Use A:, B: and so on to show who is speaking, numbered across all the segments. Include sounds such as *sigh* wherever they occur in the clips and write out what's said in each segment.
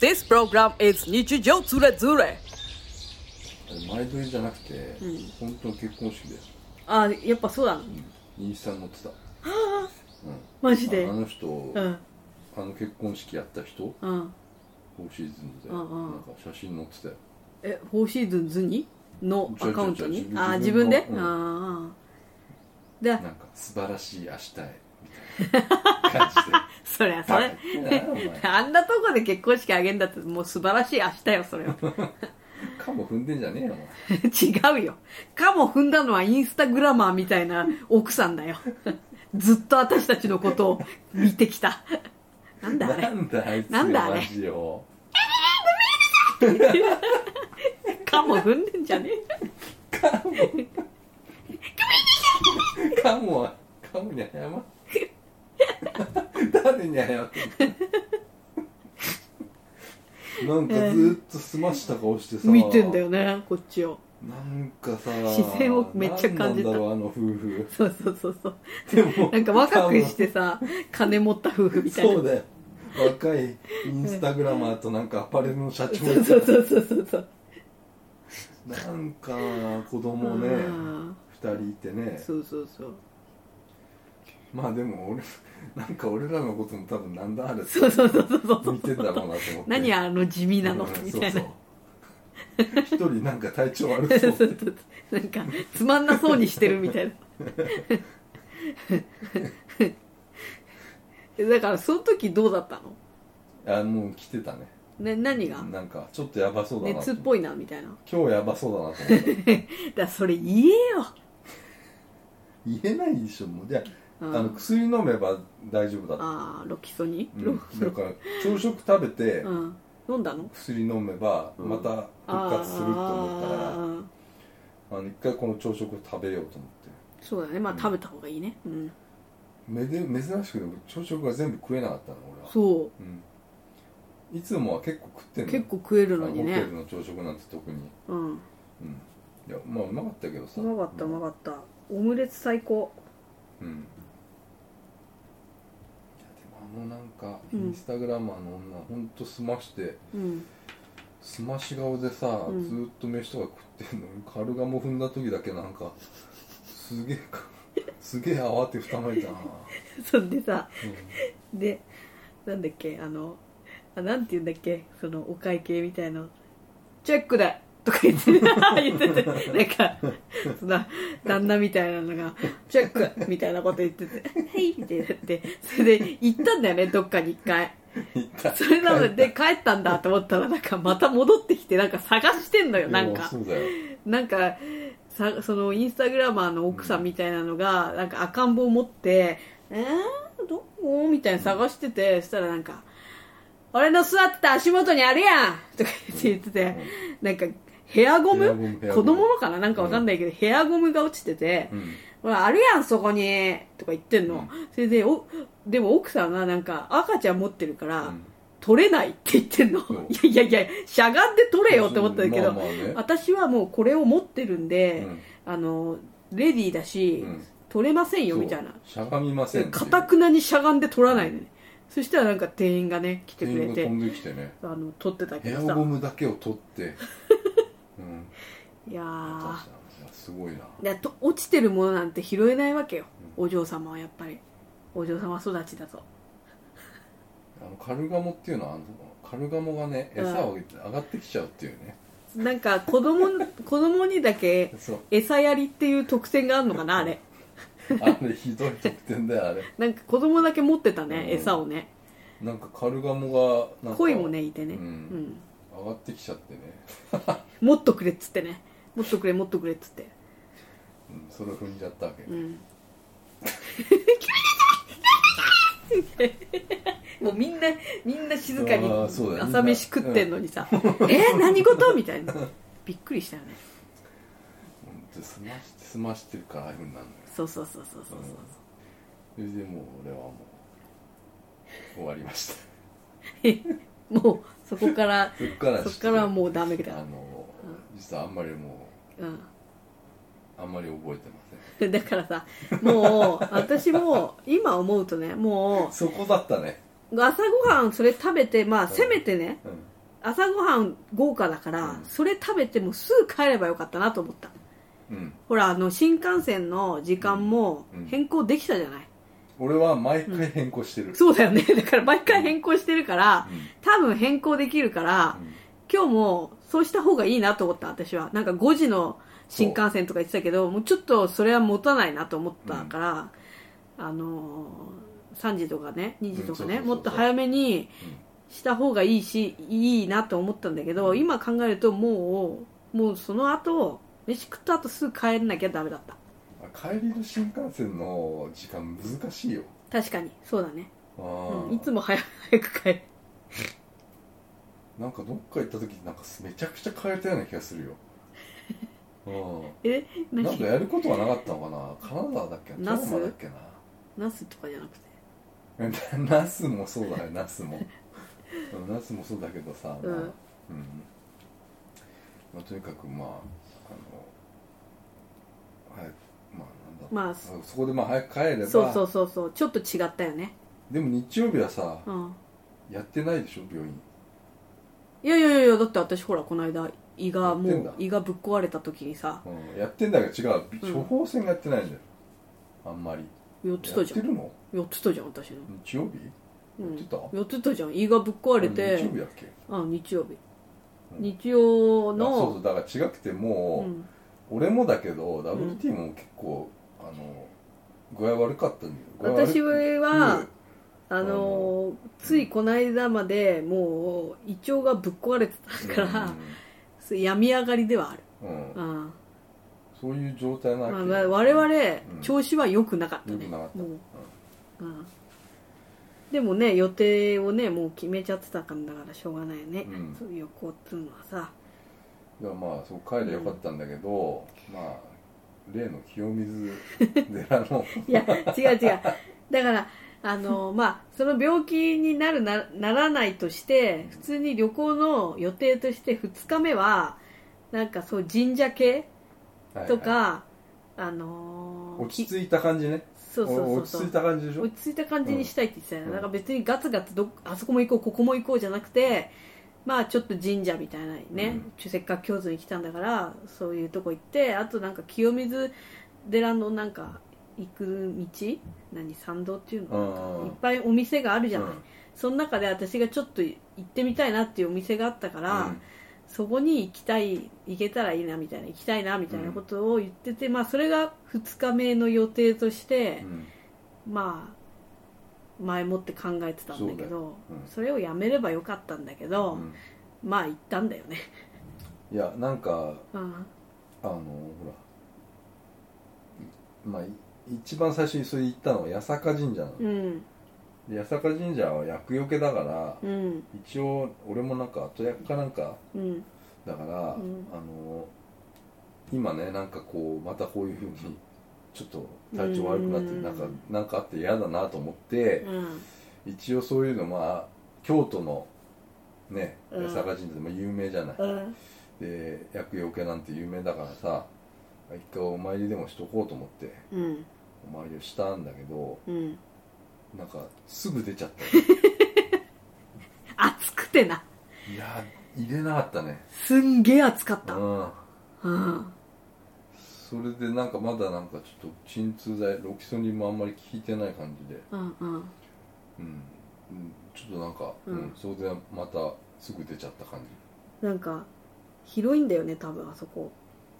A: This program is 日常ズレズレ
B: 前撮りじゃなくて、本当の結婚式で
A: あーやっぱそうだな
B: インスタに載ってた
A: マジで
B: ああ
A: う
B: の人、
A: ん
B: あの結婚式やった人
A: う
B: フ
A: ん
B: ォーシーズンズで、
A: うんうん
B: なんか写真載ってたよ
A: えフォーシーズンズにのアカウント
B: 違う
A: に
B: 違う違う
A: あー自
B: 自
A: 分
B: 分の
A: で、
B: うん
A: ああで
B: なんか素晴らしい明日へみたいな感じで
A: *laughs* そりゃそ
B: バカ
A: れ
B: 言ってんなお前
A: *laughs* あんなとこで結婚式あげんだってもう素晴らしい明日よそれは *laughs*
B: カモ踏んでんじゃねえよお
A: 違うよかも踏んだのはインスタグラマーみたいな奥さんだよ *laughs* ずっと私たちのことを見てきたなんだあ
B: 前な
A: れ
B: んだあいつ
A: なんだあれ
B: マジよ
A: かも踏んでんじゃねえ
B: カモはカモに
A: *laughs*
B: 謝って誰に謝って
A: *laughs*
B: んのなんかずーっとすました顔してさ
A: 見てんだよねこっちを
B: なんかさ
A: 視線をめっちゃ感じた
B: なんなんだろうあの夫婦
A: そうそうそうそう
B: でも
A: *laughs* なんか若くしてさ金持った夫婦みたいな
B: そうだよ若いインスタグラマーとなんかアパレルの社長
A: そうそうそうそうそうそう
B: なんか子供ね
A: うん
B: 二人いてね
A: そうそうそう
B: まあでも俺なんか俺らのことも多分なんだあれ
A: そうそうそうそうそう
B: 見てんだろうなと思って
A: 何あの地味なの
B: うん
A: みたい
B: そ
A: な
B: うそう一人なんか体調悪
A: そう
B: そう
A: そうそうなんかつまんなそうにしてるみたい
B: *laughs*
A: なえだからその時どうだったの
B: あもう来てたね
A: ね何が
B: なんかちょっとやばそうだなと
A: 熱っ
B: 思って
A: ぽいなみたいな
B: 今日やばそうだなと思って
A: だからそれ言えよ
B: 言えないでしょもうじゃあ,、
A: うん
B: あの薬飲めば大丈夫だった
A: ああロキソニン、
B: うん、だから朝食食べて
A: うん、飲んだの
B: 薬飲めばまた復活すると思ったから、
A: あー
B: あの一回この朝食を食べようと思って
A: そうだねまあ食べた方がいいね、うん、
B: めで珍しくね朝食が全部食えなかったの俺は、
A: そう
B: ん、いつもは結構食ってん
A: う
B: の
A: 結構食える
B: あ
A: の
B: ホ
A: に
B: テ
A: ね
B: ルの朝食なんて特に
A: うんう
B: うんいやまあうまかったけどさ
A: まかったうま
B: かっ
A: かったオムレツ最高
B: たうんいやでもあのなんか
A: う
B: イ
A: ん
B: ンスタグラマーの女ほんとすまして
A: うん
B: すまし顔でさ、
A: うん
B: ずーっと飯とか食ってんのにカルガモ踏んだ時だけなんかすげえかすげえ慌てふたまいたな、
A: *laughs* そんでさ
B: う
A: でなんだっけあのあなんて言うんだっけそのお会計みたいなチェックだとか言って *laughs* 言っててなんかその旦那みたいなのが「チェック!」みたいなこと言ってて *laughs* 「はい」みたいになってそれで行ったんだよねどっかに一回
B: ん、行っ
A: *laughs*
B: た
A: それなの
B: 帰
A: で
B: っ
A: 帰ったんだと思ったらなんかまた戻ってきてなんか探してんの
B: た
A: よなん
B: いや
A: か
B: そうだよ
A: なんかさそのインスタグラマーの奥さんみたいなのが、なんか赤ん坊を持って「えー、どこ?」みたいに探してて、そしたらなんか「俺の座ってた足元にあるやん!」とか言ってて、なんかヘアゴム
B: ヘアゴムヘア
A: 子
B: ゴム
A: 供のかななんかわかんないけど、ヘアゴムが落ちてて、
B: うん
A: ほら、あるやん、そこにとか言ってんの。
B: うん
A: それで、お、でも奥さんがなんか赤ちゃん持ってるから、
B: うん
A: 取れないって言ってんの。
B: うん
A: *laughs* いやいやいや、しゃがんで取れよって思ったんだけど、
B: まあまあね
A: 私はもうこれを持ってるんで、
B: うん
A: あの、レディーだし、
B: うん
A: 取れませんよ
B: そう
A: みたいな。
B: しゃがみませんって
A: かたくなにしゃがんで取らないのね。そしたらなんか店員がね、来てく
B: 店
A: れて、
B: 員が飛んできてね
A: あの、取ってたけ
B: ヘア
A: どさ
B: ゴ。ムだけを取って
A: *laughs*
B: うん
A: いやー
B: 確かにいやすごいな
A: でと落ちてるものなんて拾えないわけよ。お嬢様はやっぱり。お嬢様育ちだと。
B: あのカルガモっていうのはあのカルガモがね餌をあげて上がってきちゃうっていうね、
A: なんか子供子供にだけ
B: そう
A: 餌やりっていう特典があるのかなあれ
B: あ
A: *laughs*
B: れひどい特典だよあれ
A: なんか子供だけ持ってたね、
B: うん
A: 餌をね
B: なんかカルガモがなんか
A: 恋もねいてね、う
B: うんん上がってきちゃってね、
A: もっとくれっつってねもっとくれもっとくれっつって
B: うん、それを踏んじゃったわけ、
A: うん *laughs* もうみんなみんな静かに
B: あーそうだよ
A: 朝飯食ってんのにさ「え何事?」みたいなびっくりしたよね
B: で済まして済ましてるからああいうふうになるのよ
A: そうそうそうそうそうそう
B: それでもう俺はもう終わりました
A: えもうそこから
B: そっからちょ
A: そ
B: っ
A: っ
B: と
A: からはもうダメだ
B: あの実はあんまりも
A: うん
B: うあんまり覚えてません
A: だからさもう私も今思うとねも
B: そこだったね
A: う朝ごはんそれ食べてまあせめてね
B: うん
A: 朝ごはん豪華だから、
B: うん
A: それ食べてもすぐ帰ればよかったなと思った
B: うん
A: ほらあの新幹線の時間も
B: うん
A: 変更できたじゃない、
B: 俺は毎回変更してる、
A: そうだよね *laughs* だから毎回変更してるから
B: うん
A: 多分変更できるから
B: うん
A: 今日もそうした方がいいなと思った私はなんか5時の新幹線とか言ってたけどもうちょっとそれは持たないなと思ったから、あのー3時とかね2時とかね、
B: うんそうそうそうそう
A: もっと早めにした方がいいしいいなと思ったんだけど、
B: うん
A: 今考えるともうもうその後飯食った後すぐ帰んなきゃダメだった
B: 帰りの新幹線の時間難しいよ
A: 確かにそうだね、
B: あ
A: う
B: ー、
A: ん、いつも早早く帰る *laughs*
B: なんかどっか行った時なんかめちゃくちゃ変えたような気が
A: *laughs*
B: するよう
A: え
B: んなん
A: 何
B: かやることはなかったのかなカナダだっけな
A: ナ
B: 富
A: ス
B: 山だっけな
A: ナスとかじゃなくて
B: え *laughs* ナスもそうだよナスもうんナスもそうだけどさ、まあ
A: うん
B: うんまあ、とにかくまああの早くまあなんだろ
A: まあ
B: うそこでまあ早く帰れば
A: そうそうそうそうちょっと違ったよね
B: でも日曜日はさ
A: うん
B: やってないでしょ病院
A: いやいやいやだって私ほらこの間胃がも
B: やってん
A: う
B: だ
A: 胃がぶっ壊れた時にさ
B: うんやってんだけど違
A: うん
B: う処方箋がやってないんだよ、あんまり
A: やってたじゃ
B: やって
A: ん
B: るの
A: やってたじゃん私の、
B: 日曜日
A: う
B: や
A: ん、
B: ってた
A: やってたじゃん胃がぶっ壊れて
B: 日曜日だっけ
A: あ日曜日
B: うん
A: 日曜
B: あそうそ
A: の
B: うだから違くて
A: う
B: もう、
A: ん
B: 俺もだけど WT も結構、あの具合悪かったんだよ具合悪
A: 私はあ
B: あ
A: の
B: の
A: ついこの間までもう胃腸がぶっ壊れてたか
B: うん
A: ら、そう病み上がりではある、
B: うん
A: うん
B: そういう状態なわけ
A: まあ、わ我々、
B: ん
A: 調子は良くなかった
B: 良
A: ね
B: くなかった、
A: も
B: うん
A: ううんでもね予定をねもう決めちゃってたんだからしょうがないよね、
B: うん
A: そういう旅行っつうのはさ
B: いやまあそう帰りゃよかったんだけど、まあ例の清水寺
A: *laughs*
B: の
A: いや違う違うだからあ
B: *laughs*
A: のまあその病気になるなならないとして普通に旅行の予定として2日目はなんかそう神社系
B: はいはい
A: とか、あのー
B: 落ち着いた感じね
A: そうそうそう
B: 落
A: そ
B: ち着いうた感じでしょ
A: 落ち着いた感じにしたいって言ってたよ、
B: うん
A: なんか別にガツガツどっあそこも行こうここも行こうじゃなくてまあちょっと神社みたいなね、
B: うん
A: せっかく京都に来たんだからそういうとこ行ってあとなんか清水寺のなんか行く道何参道っていう
B: う
A: の、
B: ん
A: いっぱいお店があるじゃない、
B: うん
A: その中で私がちょっと行ってみたいなっていうお店があったから、
B: うん
A: そこに行きたい行けたらいいなみたいな行きたいなみたいなことを言ってて、まあそれが2日目の予定として、
B: うん
A: まあ前もって考えてたんだけどそ
B: そうだよ
A: れを
B: うん
A: やめればよかったんだけど、
B: うん
A: まあ行ったんだよね、
B: いやなんか
A: うん、
B: あのほらまあい一番最初にそれ行ったのは八坂神社なの、
A: うん
B: で八坂神社は厄除けだから、
A: うん
B: 一応俺もなんか後役かなんか
A: うん
B: だか
A: ん
B: ら、あの今ねなんかこうまたこういうふうにちょっと体調悪くなって、
A: うん
B: なんかなんかあって嫌だなと思って、
A: うん
B: 一応そういうのまあ京都のね
A: うん
B: 八坂神社でも有名じゃない、
A: うん
B: で厄除けなんて有名だからさ一回お参りでもしとこうと思って
A: うん
B: お参りをしたんだけど
A: うん
B: なんかすぐ出ちゃった
A: 暑くてない
B: やー入れなかったね
A: すんげえ暑かった、
B: うん
A: うん、
B: それでなんかまだなんかちょっと鎮痛剤ロキソニンもあんまり効いてない感じで
A: うんうん
B: うん、うんちょっとなんか、
A: う
B: うんんそれでまたすぐ出ちゃった感じ
A: なんか広いんだよね多分あそこ、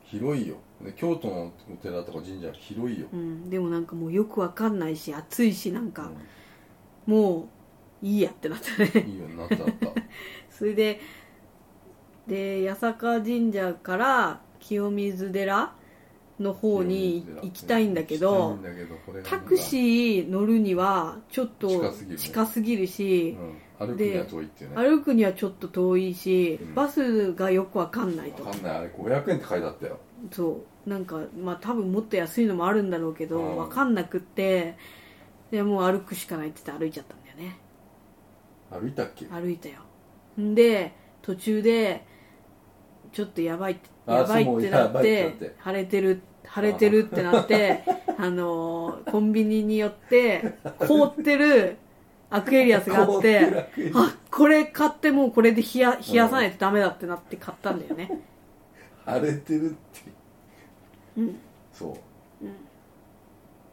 B: 広いよで京都のお寺とか神社広いよ
A: うん、でもなんかもうよくわかんないし暑いしなんか、
B: う
A: もういいやってなったね *laughs*
B: んいいようになったあった
A: それでで八坂神社から清水寺の *laughs* 方に行きたいんだけ
B: 行
A: ど
B: きたいんだけどこれがな
A: タ
B: んか
A: クシー乗るにはちょっと
B: 近すぎるね
A: 近すぎるし
B: うん、歩くには遠いっていうね
A: 歩くにはちょっと遠いし
B: うん
A: バスがよくわかんないと
B: わかんないあれ500円って書いてあったよ
A: そうなんかまあ多分もっと安いのもあるんだろうけ
B: う
A: ど
B: ん
A: わかんなくってでもう歩くしかないって言って歩いちゃったんだよね
B: 歩いたっけ
A: 歩いたよんで途中でちょっとやばいって
B: あ
A: やばい
B: そうも
A: っ
B: う
A: てな
B: や
A: っ
B: ばいってなってて
A: 腫れてる腫れてる
B: *laughs*
A: ってなってあのーコンビニによって凍ってるアクエリアスがあっ
B: 高級
A: て
B: 楽園
A: あこれ買ってもうこれで冷や冷やさないとダメだってなって買ったんだよね
B: 荒れてるって
A: うん
B: そう
A: うん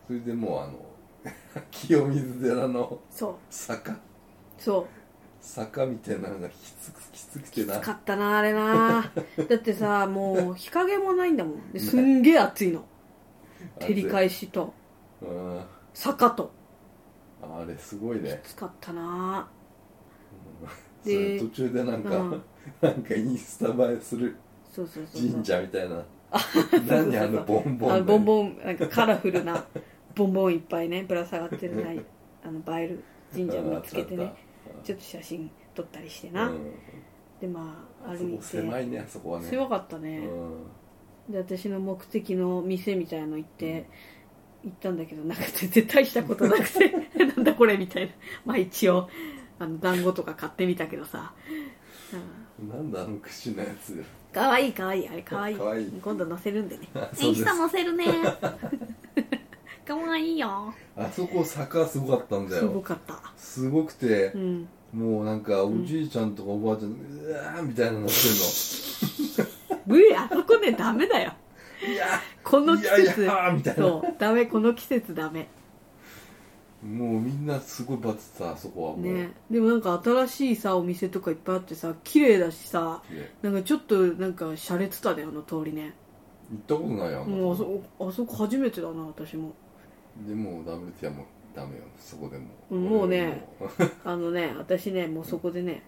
B: それでもうあの *laughs* 清水寺の
A: そう
B: 坂
A: そう
B: 坂みたいなのがきつくきつくて
A: きつ
B: な
A: かったなあれ
B: *laughs*
A: なだってさもう日陰もないんだもんですんげえ暑いの照り返しと
B: うんあ
A: 坂と
B: れすごいね
A: きつかったな
B: それ
A: で
B: 途中でなんか、
A: うん
B: なんかインスタ映えする
A: そうそうそうそう
B: 神社みたいな
A: そうそう
B: 何あのボンボン
A: あ
B: の
A: のボンボンなんかカラフルな *laughs* ボンボンいっぱいねぶら下がってるないあの映える神社を見つけてねちょっと写真撮ったりして
B: あ
A: な、
B: ったあったうん
A: でまあ
B: あそ
A: 歩い
B: こ
A: て
B: 狭いねあそこはね
A: 狭かったね、
B: うん
A: で私の目的の店みたいの行って行ったんだけどなんか全然大したことなく
B: *laughs*
A: てなんだこれみたいなまあ一応あの団子とか買ってみたけどさ、うん、
B: なんだあの串のやつ
A: かわいいかわいいあれかわいい
B: かわいい
A: 今度載せるんでね
B: あ
A: イ
B: *laughs* そう
A: ン
B: です
A: スタ載せ
B: *laughs*
A: るねかわいいよ
B: あそこ坂すごかったんだ
A: すご
B: よ
A: かった
B: すごくて
A: う、ん
B: もうなんかおじいちゃんとかおばあちゃん、うわーみたいなのしてんの
A: 無理あそこねダメだよ
B: いや
A: この季節
B: いやいやみたいな
A: そうダメこの季節ダメ
B: もうみんなすごいバズってたあそこはもう、
A: ねでもなんか新しいさお店とかいっぱいあってさ綺麗だしさ
B: で
A: なんかちょっとなんか洒落てたねあの通りね
B: 行ったことないやん
A: もうあそあそこ初めてだな私も
B: でもう WT はもうダメよそこでも
A: うんもうねあのね私ねもうそこでね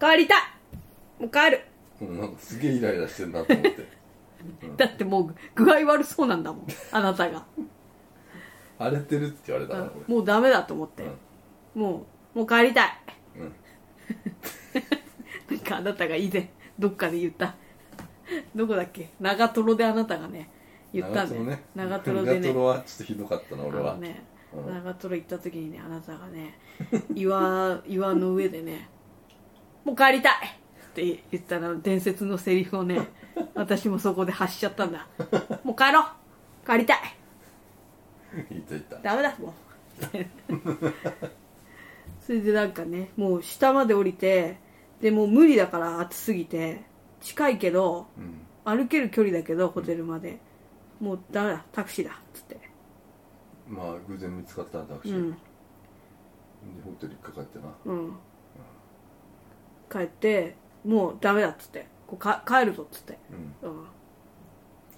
A: 帰りたいもう帰る
B: もうなんかすげえイライラしてんなと
A: *laughs*
B: 思って
A: だってもう具具合悪そうなんだもんあなたが
B: 荒れてるって言われたから
A: うんもうダメだと思って
B: 俺、
A: もうもう帰りたい
B: うんうん、
A: *laughs* なんかあなたが以前どっかで言ったどこだっけ長瀞であなたがね言ったんだよ
B: ね
A: 長瀞でね
B: 長瀞はちょっとひどかったな俺
A: あ
B: は、
A: のね
B: うん
A: 長瀞行った時にねあなたがね *laughs* 岩岩の上でね「もう帰りたい!」って言ったら伝説のセリフをね私もそこで発しちゃったんだ「もう帰ろう帰りたい
B: 言った言った
A: ダメだ
B: *laughs*
A: もう」ってそれでなんかねもう下まで降りてでもう無理だから暑すぎて近いけど
B: うん
A: 歩ける距離だけどホテルまでもうダメだタクシーだっつって
B: まあ偶然見つかったんだ私、
A: う
B: で
A: ん
B: ホテル引っかかってな
A: うん、帰ってもうダメだっつってこうか帰るぞっつって、
B: うん
A: うん、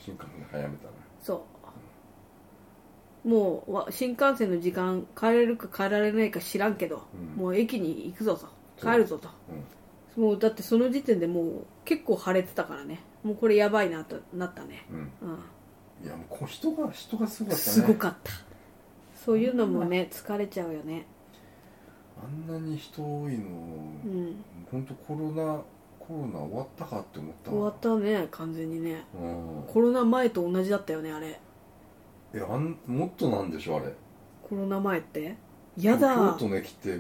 B: 新幹線早めたな
A: そうもうわ新幹線の時間帰れるか帰られないか知らんけど、
B: うん
A: もう駅に行くぞと
B: そう
A: 帰るぞと
B: うん
A: もうだってその時点でもう結構晴れてたからねもうこれやばいなとなったね、
B: うん
A: うん
B: いやもうこう人が人がすごかったね
A: すごかったそういうのもね疲れちゃうよね
B: あんなに人多いの、
A: うん
B: 本当コロナコロナ終わったかって思った
A: 終わったね完全にね
B: うん
A: コロナ前と同じだったよねあれ
B: えあんもっとなんでしょあれ
A: コロナ前ってや
B: 京
A: だ
B: 都の駅って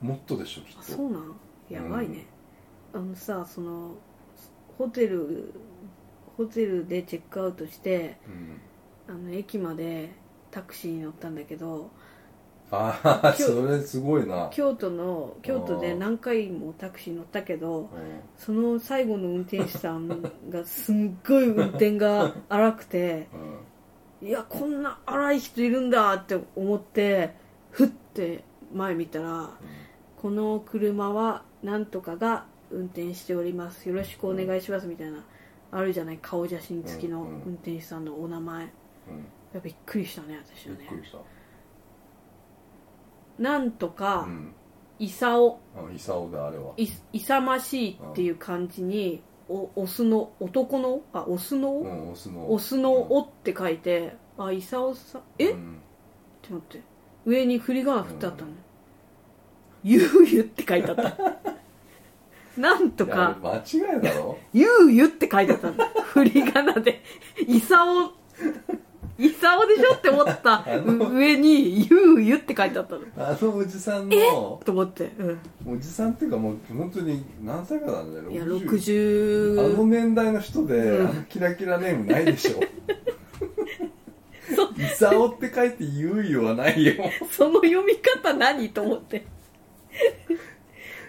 B: もっとでしょきっ
A: あ
B: と
A: そうなんやばいね、あのさそのホテルホテルでチェックアウトして
B: うん、
A: あの駅までタクシーに乗ったんだけど
B: ああ
A: 京
B: それすごいな
A: 京都の京都で何回もタクシー乗ったけど
B: う
A: その最後の運転手さんがすんごい運転が荒くて
B: んうん
A: いやこんな荒い人いるんだって思ってふって前見たらこの車はなんとかが運転しておりますよろしくお願いしますみたいな、あるじゃない顔写真付きの
B: うんうん
A: 運転手さんのお名前や
B: うん
A: っぱびっくりしたね私
B: び
A: は
B: っ
A: ね
B: くりした
A: なんとか
B: うん
A: 勇
B: あイサオだあれはい
A: 勇ましいっていう感じにおオスの男のあオス
B: う
A: の
B: んオスの
A: オスのおって書いてあ勇さんえ、
B: う
A: っ
B: ん
A: て思って上に振り仮名振ってあったの、ゆうゆって書いてあった
B: *laughs*
A: なんと
B: いやあ
A: か
B: れ間違いだろ
A: ゆうゆって書いてあったんだ。振り仮名で。いさお、いさおでしょって思
B: *laughs*
A: った上に、ゆうゆって書いてあったの。
B: あのおじさんの
A: と思って。うん。
B: おじさんっていうかもう本当に何歳かなんだよ
A: いや、
B: あの
A: 60、
B: 年代の人で、
A: うん
B: あのキラキラネームないでしょイサオって書いて言うよはないよ
A: *laughs* その読み方何と思って。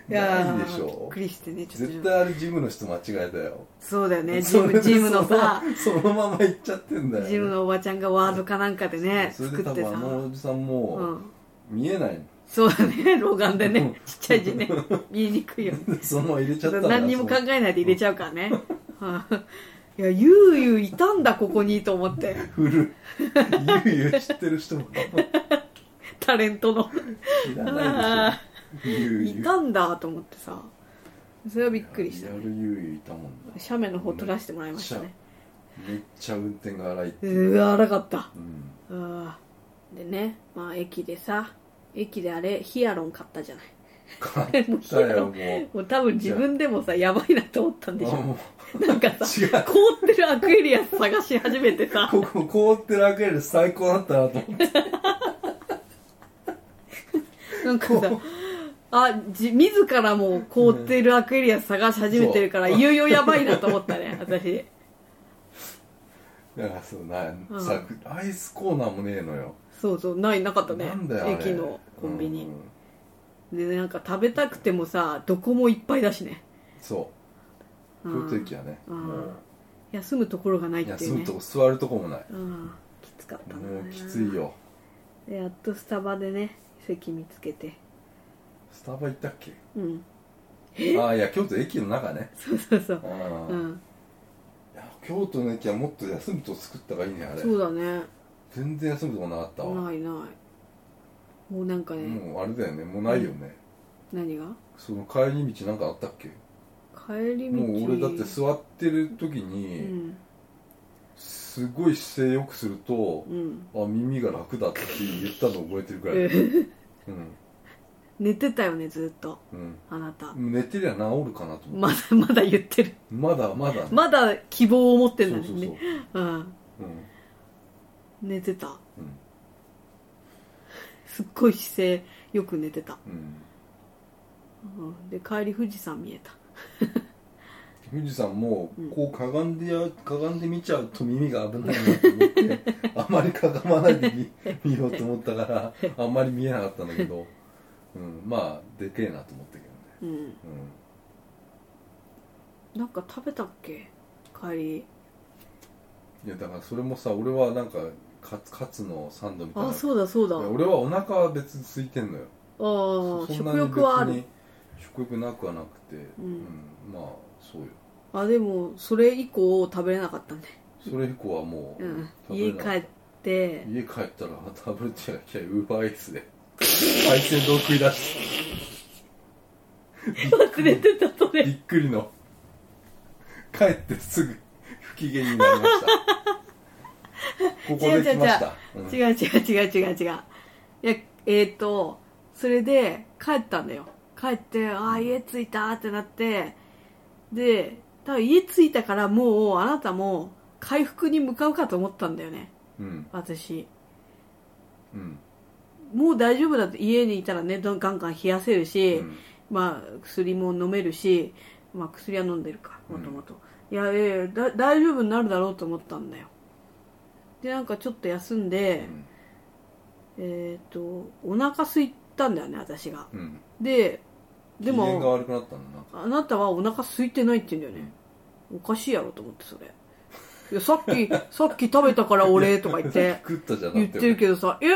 B: ない
A: ー
B: でし
A: びっ
B: ょ
A: くりしてねちょっと
B: 絶対あれジムの人間違えたよ
A: そうだよねジ
B: *laughs* それ
A: ム
B: で
A: ジムのさ
B: そのそのまま行っちゃってんだよね
A: ジムのおばちゃんがワードかなんかでね
B: それ
A: 作
B: で多
A: って
B: 分
A: さ
B: あのおじさん
A: う
B: も
A: ん
B: 見えないの、 *laughs*
A: そうだね *laughs* 老眼で
B: う
A: ね
B: ん
A: ちっちゃい字
B: *laughs*
A: ね見えにくいよね
B: そのまま入れちゃったんだ
A: 何にも考
B: その
A: えないで入れちゃうからね、はいいやゆうゆういたんだここにと思
B: *laughs*
A: って
B: 古い
A: *laughs*
B: ゆうゆう知ってる人も
A: タレントの
B: 知らないでしょゆうゆう
A: いたんだと思ってさそれはびっくりした
B: リアル
A: ね
B: ゆうゆういたもんだ
A: 斜面の方取らせてもらいましたね
B: めっちゃ運転が荒いっていう、
A: うわ荒かった
B: うん、
A: うんでねまあ駅でさ駅であれヒアロン買ったじゃない
B: 買ったよもう
A: もう多分自分でもさやばいなと思ったんでし
B: あ
A: ょ
B: もう
A: なんかさ
B: 違う
A: 凍ってるアクエリアス探し始めてさ
B: *laughs* ここ凍ってるアクエリアス最高だったなと思って
A: なんかさ、あ、じ、自らも凍ってるアクエリアス探し始めてるから、
B: そう
A: いよいよやばいなと思ったね、私。
B: だからそうな、
A: うん
B: さアイスコーナーもねえのよ
A: そうそう、ない、なかったね。
B: なんだよあれ
A: 駅のコンビニ
B: う、ん
A: で、なんか食べたくてもさ、どこもいっぱいだしね。
B: そう
A: うん
B: 京都駅はね、
A: うん
B: も
A: 休むところがないうっていう
B: 休む
A: ね
B: と。こ座るとこもない
A: うん、きつかったな。
B: もうきつい。よ
A: で、やっとスタバでね、席見つけて。
B: スタバ行ったっけ
A: うん。
B: ああいや京都駅の中ね
A: そうそうそう
B: う。
A: うん
B: い
A: ん。
B: や京都の駅はもっと休むとこ作った方がいいねあれ
A: そうだね。
B: 全然休むとこなかったわ
A: ないない。もうなんかね、
B: もうあれだよねもうないよね、
A: 何が
B: その帰り道なんかあったっけ
A: 帰り道。
B: もう俺だって座ってる時に、
A: うん。
B: すごい姿勢良くすると
A: う、ん。
B: あ耳が楽だって言ったの覚えてるくらい、うん
A: *laughs* 寝てたよねずっと
B: うん
A: あなた
B: 寝てりゃ治るかなと思って
A: まだまだ言ってる
B: まだまだね、
A: まだ希望を持って
B: そ
A: る
B: うん
A: だ
B: そ
A: よ
B: うそう
A: ね、うん
B: うん
A: 寝てた
B: うん
A: すっごい姿勢よく寝てた、
B: うん
A: うん、で帰り富士山見えた
B: 富士山も
A: うん
B: こうかがんでやかがんで見ちゃうと耳が危ないなと思ってあまりかがまないで見見ようと思ったからあんまり見えなかったんだけど、うん、まあでけえなと思ったけどね、
A: うん
B: う
A: なんか食べたっけ帰り
B: ん、いやだからそれもさ俺はなんかカツカツのサンドみたいな
A: あそうだそうだ
B: いや俺はお腹は別に空いてんのよ
A: ああ
B: そん
A: 食
B: なに
A: 欲はあ
B: 別
A: る
B: に食欲なくはなくて、
A: うん
B: まあそうよ
A: あでもそれ以降食べれなかったね、
B: それ以降はもう、
A: うん、
B: 食べ
A: 家
B: れ
A: 帰
B: なかっ
A: ったて
B: 家帰ったら食べれちゃいけないウーバーイーツで海鮮丼食い出し
A: 忘れてたそ
B: て
A: れ
B: びっくりの帰ってすぐ不機嫌になりましたここで来ましたうん
A: 違う違う違う違う違ういやえっ、ー、とそれで帰ったんだよ帰ってああ家着いたってなってで多分家着いたからもうあなたも回復に向かうかと思ったんだよね
B: うん
A: 私
B: うん
A: もう大丈夫だって家にいたらねどんガンガン冷やせるし、
B: うん
A: まあ薬も飲めるし、まあ、薬は飲んでるかもともといやいやいやだ大丈夫になるだろうと思ったんだよでなんかちょっと休んで、
B: うん
A: えっ、とお腹空いたんだよね私が
B: うん
A: でで
B: 機嫌が
A: も
B: 悪くなったんだな
A: あなたはお腹空いてないって言うんだよね、おかしいやろと思ってそれいやさっき
B: *laughs*
A: さっき食べたから俺とか言っ
B: さ *laughs*
A: て
B: っき食ったじゃなく
A: 言ってるけどさえ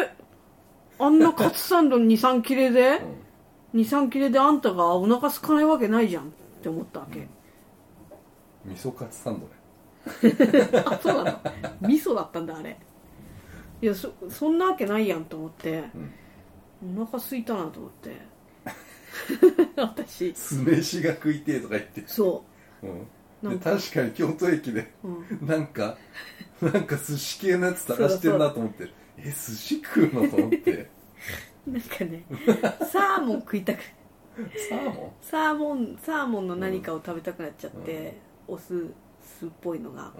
A: あんなカツサンド23切れで
B: うん
A: 23切れであんたがお腹空かないわけないじゃんって思ったわけ、
B: 味噌カツサンドね
A: あそうなの味噌だったんだあれいやそそんなわけないやんと思って
B: うん
A: お腹空いたなと思って *laughs* 私
B: 酢飯が食いてえとか言って、
A: そ
B: うん、
A: な
B: で
A: んか
B: 確かに京都駅で
A: う、うん、
B: *laughs* なんかなんか寿司系のやつ探してるなと思ってえ寿司食うのと思って
A: なんかねサーモン食いたく
B: サーモ
A: サーモンサーモンの何かを食べたくなっちゃって、お酢酢っぽいのが
B: ン、うん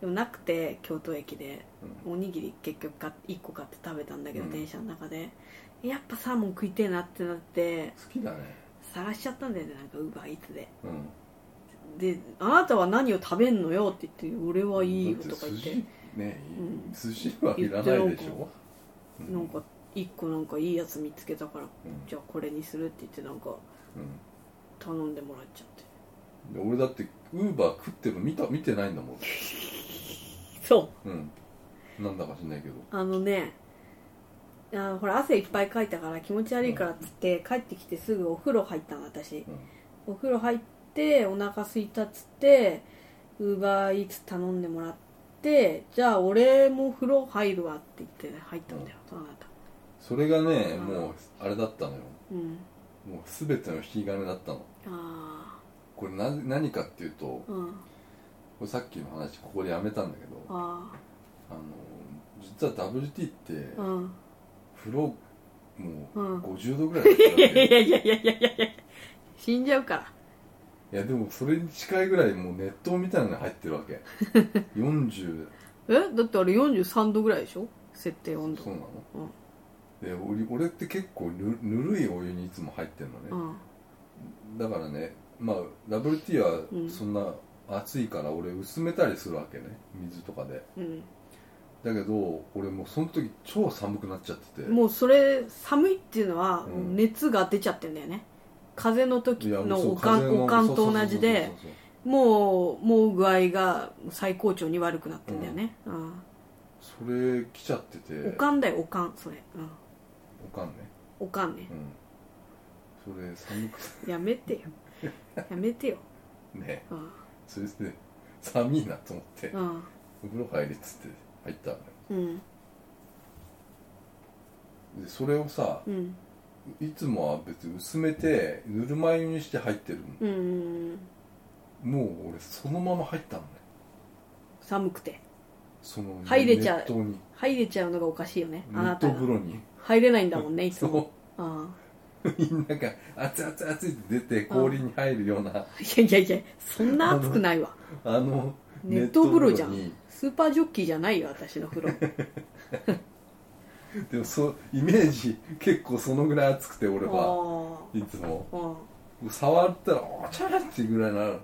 A: でもなくて京都駅で
B: う
A: おにぎり結局買1個買って食べたんだけど、
B: うん
A: 電車の中でやっぱサーモン食いてえなってなって
B: 好きだね
A: 探しちゃったんだよねなんかウーバーイーツで
B: うん
A: で「あなたは何を食べんのよ」って言って「俺はいいよ」
B: だ
A: とか言って
B: 寿司ね、
A: うん
B: 寿司はいらないでしょ
A: なんか一個なんかいいやつ見つけたから
B: うん
A: じゃあこれにするって言ってなんか頼んでもらっちゃって
B: うんで俺だってウーバー食ってるの見た見てないんだもん
A: そう
B: うんなんだか知んないけど
A: あのねあーほら汗いっぱいかいたから気持ち悪いからっつって帰ってきてすぐお風呂入ったの私お風呂入ってお腹すいたっつってウーバーイーツ頼んでもらってじゃあ俺も風呂入るわって言ってね、入ったんだよ、そうなった
B: それがね
A: うん
B: もうあれだったのよ
A: うん
B: もう全ての引き金だったの
A: あ
B: これな何かっていうとこ
A: あうん
B: れさっきの話ここでやめたんだけどあ
A: あ
B: の実は WT って
A: あうん
B: 風呂もう
A: うん
B: 50度ぐらいだったわ
A: いやい
B: け
A: やいやいやいやいや死んじゃうから
B: いやでもそれに近いぐらいもう熱湯みたいなのに入ってる
A: *laughs*
B: わけ40
A: えだってあれ43度ぐらいでしょ設定温度
B: そうなの、
A: うん
B: で俺俺って結構ぬぬるいお湯にいつも入ってるのね、
A: うん
B: だからねまあ WT は
A: うん
B: そんな暑いから俺薄めたりするわけね水とかで
A: うん
B: だけど俺もうその時超寒くなっちゃってて
A: もうそれ寒いっていうのは
B: うん
A: 熱が出ちゃってんだよね、風邪の時
B: いやもう
A: の
B: そう
A: おか
B: 風
A: ん
B: の
A: おかんと同じで
B: そうそうそうそう
A: もうもう具合が最高潮に悪くなってんだよね、うん
B: そうそれ来ちゃってて
A: おかんだよおかんそれ、うん、
B: おかんね
A: おかんね
B: うんそれ寒く
A: やめ
B: *laughs*
A: てよやめてよ、
B: ね
A: うん
B: それで寒いなと思って
A: うん
B: お風呂入りっつって入ったのよ
A: うん
B: でそれをさ
A: うん
B: いつもは別に薄めてぬるま湯にして入ってる
A: うんうん
B: のもう俺そのまま入ったのね
A: 寒くて
B: その
A: 入れちゃう
B: 熱湯に
A: 入れちゃうのがおかしいよねあな
B: 熱
A: た
B: 湯
A: が
B: 風呂に
A: 入れないんだもんねいつも
B: そ
A: うん
B: うみんなが熱々熱いって出て氷に入るようない
A: やいやいやそんな熱くないわ
B: あの
A: 熱湯風呂じゃ
B: 熱
A: んスーパージョッキーじゃないよ私の風
B: *laughs*
A: 呂
B: にでもそうイメージ結構そのぐらい熱くて俺は
A: あ
B: いつも
A: あうん
B: 触ったらおちゃらっていうぐらいになる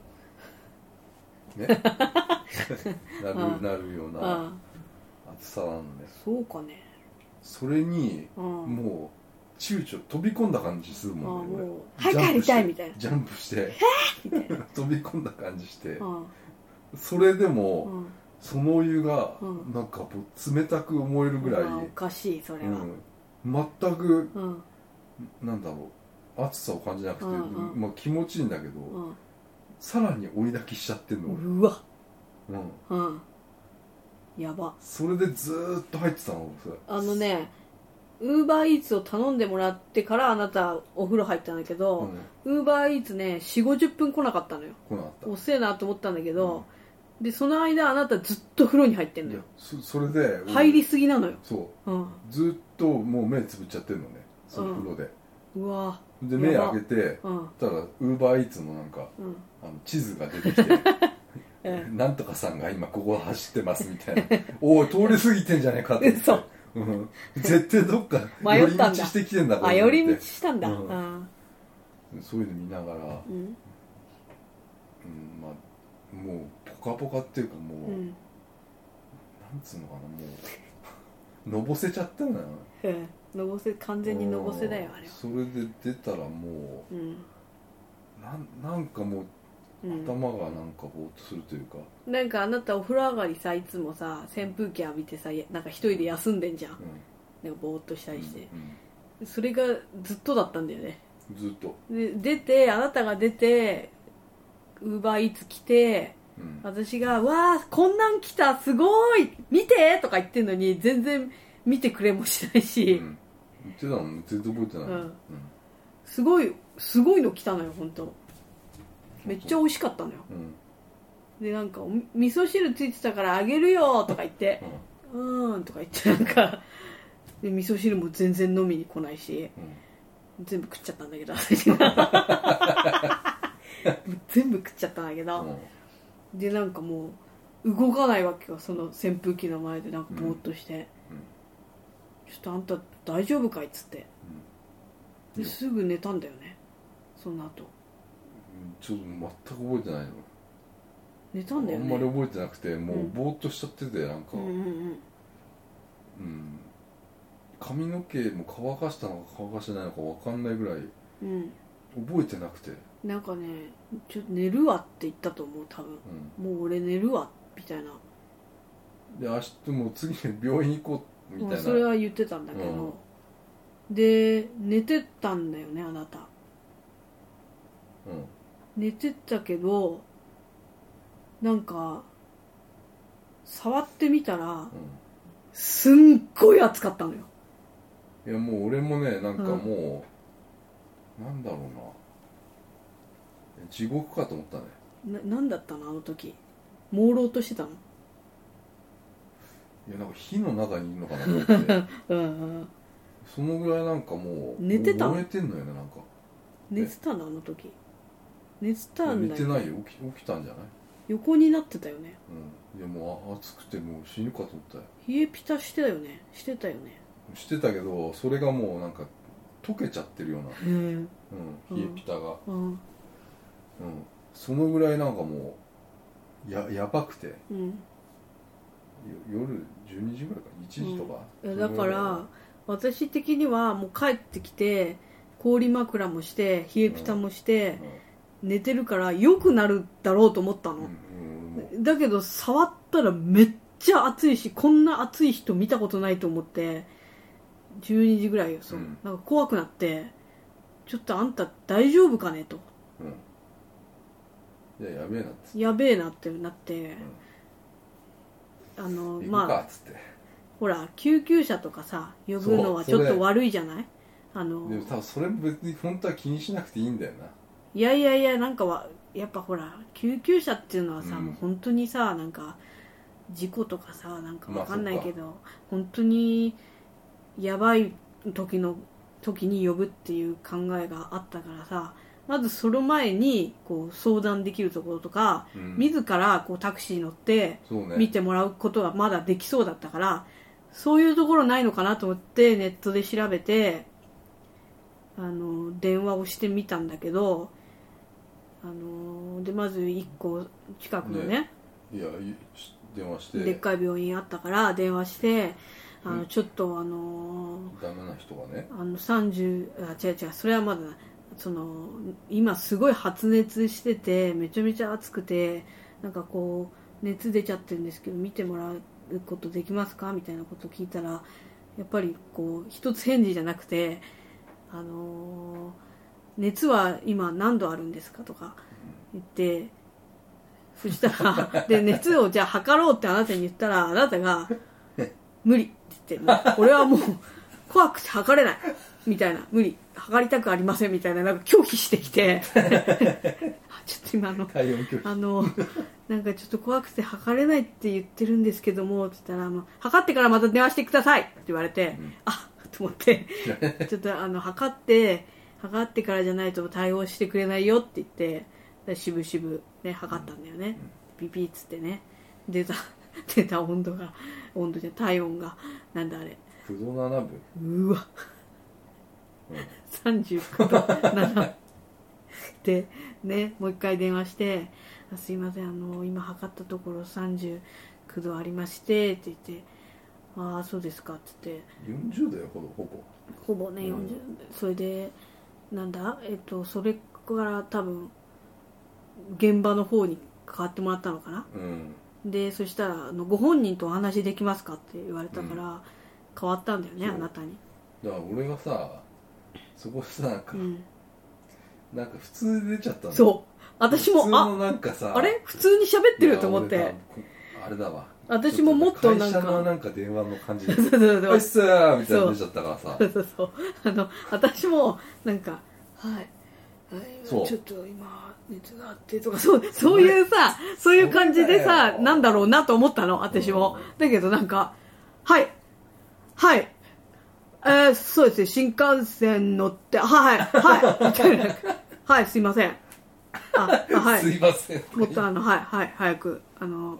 B: ね
A: *laughs*
B: な
A: う
B: る
A: ん
B: なるような
A: あ
B: 暑さなのね
A: そうかね
B: それに
A: うん
B: もう躊躇飛び込んだ感じする
A: あ
B: もんね
A: もう
B: 俺
A: 早く入りたいみたいな
B: ジャンプして
A: みたいな
B: *laughs* 飛び込んだ感じして
A: うん
B: それで
A: う
B: も
A: ん
B: そのお湯が
A: うん
B: なんかもう冷たく思えるぐらい、
A: まあおかしいそれ
B: う
A: は
B: ん、全く
A: うん
B: なんだろう暑さを感じなくて、
A: うんうん
B: まあ、気持ちいいんだけど、
A: うん
B: さらに追い焚きしちゃってんの俺、
A: うわ
B: うん、
A: うんやば
B: それでずーっと入ってたの俺それ
A: あのねウーバーイーツを頼んでもらってからあなたお風呂入ったんだけ
B: う
A: ど
B: ん、
A: ウーバーイーツね4 5 0分来なかったのよ
B: 来なかった
A: 遅えなと思ったんだけど、でその間あなたずっと風呂に入ってんの
B: いや
A: よ
B: そそれで俺
A: 入りすぎなのよ、
B: そう
A: うん、
B: ずーっともう目つぶっちゃってんのねその風呂で、
A: うわ
B: で目
A: やば
B: 開けて
A: うん
B: たらウーバーイーツのなんか
A: うん
B: あの地図が出てきて
A: うん
B: なんとかさんが今ここを走ってますみたいな *laughs* おい通り過ぎてんじゃねえかって
A: 嘘
B: うん、絶対どっか
A: 迷
B: 寄り
A: ったんだ
B: 道してきてんだ
A: あ
B: れと
A: 寄
B: 思って
A: り道したんだ、
B: うん
A: あ
B: そういうの見ながら、うん
A: ーうん
B: まあ、もうポカポカっていうかもう、
A: うん
B: なんつうのかなもうのぼせちゃったのよ
A: うんのぼせ完全にのぼせだよあれは
B: それで出たらも
A: うん
B: うなんなんかもう
A: うん、
B: 頭がなんかぼーっとするというか、
A: なんかあなたお風呂上がりさいつもさ扇風機浴びてさなんか一人で休んでんじゃん
B: う
A: なんかぼーっとした
B: ん
A: りして、
B: う
A: それがずっとだったんだよね
B: んずっと、
A: で出てあなたが出てウーバーイーツ来て
B: うん
A: 私が「わあこんなん来たすごい見て!」とか言ってんのに全然見てくれもしないし、
B: うん言ってたの全然覚えてない、
A: うん
B: うん
A: すごいすごいの来たのよ本当めっちゃ美味しかったのよ
B: うん
A: でなんかおみ味噌汁ついてたからあげるよとか言って
B: うん
A: うーんとか言ってなんかで味噌汁も全然飲みに来ないし
B: うん
A: 全部食っちゃったんだけど私が全部食っちゃったんだけど、でなんかもう動かないわけよその扇風機の前でなんかぼーっとして、ちょっとあんた大丈夫かいっつって
B: うん
A: ですぐ寝たんだよねその後
B: うんちょっと全く覚えてないの
A: 寝たんだよ
B: あ
A: ね
B: んまり覚えてなくてもううんぼーっとしちゃっててなんか、
A: うんうんうん
B: うん髪の毛も乾かしたのか乾かしてないのか分かんないぐらい
A: うん
B: 覚えてなくて、
A: なんかねちょっと寝るわって言ったと思う多分
B: う、
A: もう俺寝るわみたいなん
B: で明日もう次の日病院行こうみ
A: ま
B: た
A: あ
B: いな、
A: それは言ってたんだけど、で寝てたんだよねあなた
B: うん
A: 寝てたけどなんか触ってみたらすんごい熱かったのよ
B: うん、いやもう俺もねなんか
A: うん
B: もう、なんだろうな地獄かと思ったね
A: ななんだったのあの時朦朧としてたの
B: いやなんか火の中にいるのかなと思って
A: *laughs* うんうん
B: そのぐらいなんかもう
A: 寝てたの
B: 燃えてんのよねなんか
A: 寝てたのあの時寝てたん
B: 寝
A: だ
B: て
A: よ
B: ないよ起き起きたんじゃない、
A: 横になってたよね
B: うん、いやもうあ暑くてもう死ぬかと思ったよ
A: 冷えピタしてたよねしてたよね
B: してたけどそれがもうなんか溶けちゃってるような、
A: うん
B: うん、冷えピタが、
A: うん
B: うん、そのぐらいなんかもうややばくてよ
A: うん
B: 夜12時ぐらいか1時とか、
A: いや
B: そ
A: だ
B: のぐ
A: から
B: い
A: ら私的にはもう帰ってきて氷枕もして冷えピタもして、寝てるから良くなるだろうと思った
B: うん
A: の、
B: うんもう
A: だけど触ったらめっちゃ暑いしこんな暑い人見たことないと思って12時ぐらいよそう、
B: うん
A: なんか怖くなってちょっとあんた大丈夫かねと
B: うんいややべえなっつって
A: やべえなってなって、あの
B: 行く
A: ま
B: か
A: あ
B: っつって、
A: ほら救急車とかさ呼ぶのはちょっ
B: そうそれ
A: と悪いじゃないあの
B: でも多分それ別に本当は気にしなくていいんだよない
A: やいやいやなんかはやっぱほら救急車っていうのはさ、
B: うん
A: もう本当にさなんか事故とかさなんか
B: まあ
A: わかんないけど、本当にやばい時の時に呼ぶっていう考えがあったからさまずその前にこう相談できるところとか、
B: うん
A: 自らこうタクシー乗って
B: そうね
A: 見てもらうことがまだできそうだったからそういうところないのかなと思ってネットで調べてあの電話をしてみたんだけどあのでまず1個近くのね
B: いやいし電話して
A: でっかい病院あったから電話してあの、
B: うん
A: ちょっとあの
B: ダメな人がね
A: あの30あ違う違うそれはまだその今すごい発熱しててめちゃめちゃ暑くてなんかこう熱出ちゃってるんですけど見てもらうことできますかみたいなこと聞いたらやっぱりこう一つ返事じゃなくてあのー熱は今何度あるんですかとか言ってそしたらで熱をじゃあ測ろうってあなたに言ったらあなたが無理って言って、もう俺はもう怖くて測れないみたいな、無理、測りたくありませんみたいな、なんか拒否してきて、ちょっと今あの、
B: 対応拒否
A: あの、なんかちょっと怖くて測れないって言ってるんですけども、って言ったら、もう測ってからまた電話してくださいって言われて、
B: うん
A: あと思
B: *laughs*
A: って、ちょっとあの、測って、測ってからじゃないと対応してくれないよって言って、で渋々ね、測ったんだよね。ピピッつってね、出た、出た温度が、温度じゃ体温が、なんだあれ、
B: 不動7部
A: うわ、
B: うん
A: 39度7でねもう一回電話して「あすいませんあの今測ったところ39度ありまして」って言って「ああそうですか」って言って
B: 40だよほぼほぼ
A: ほぼね40、
B: うん
A: それでなんだえっとそれから多分現場の方に変わってもらったのかな
B: うん
A: でそしたらあの「ご本人とお話できますか?」って言われたから、変わったんだよね
B: そう
A: あなたに、
B: だから俺がさそこでさなんか、
A: うん、
B: なんか普通で出ちゃったの
A: そう私も
B: 普通
A: あ
B: のなんかさ
A: あれ普通に喋ってると思っ
B: いや俺
A: て
B: さこあれだわ
A: 私ももっとなん
B: 会社の
A: か
B: なんか電話の感じで「
A: そうそうそう
B: おいっすー」みたいなの出ちゃったからさ
A: そう *laughs* そうそうあの私もなんか「はい」はい
B: そう
A: ちょっと今熱があってとかそうそういうさそういう感じで
B: それ
A: さ
B: だよ
A: なんだろうなと思ったの私も、
B: うん
A: だけどなんか「はいはい」えー、そうですね新幹線乗って「はいはいはい」みたいな「はいすいません」ああはい
B: すいません」
A: もっとあのはいはい早くあの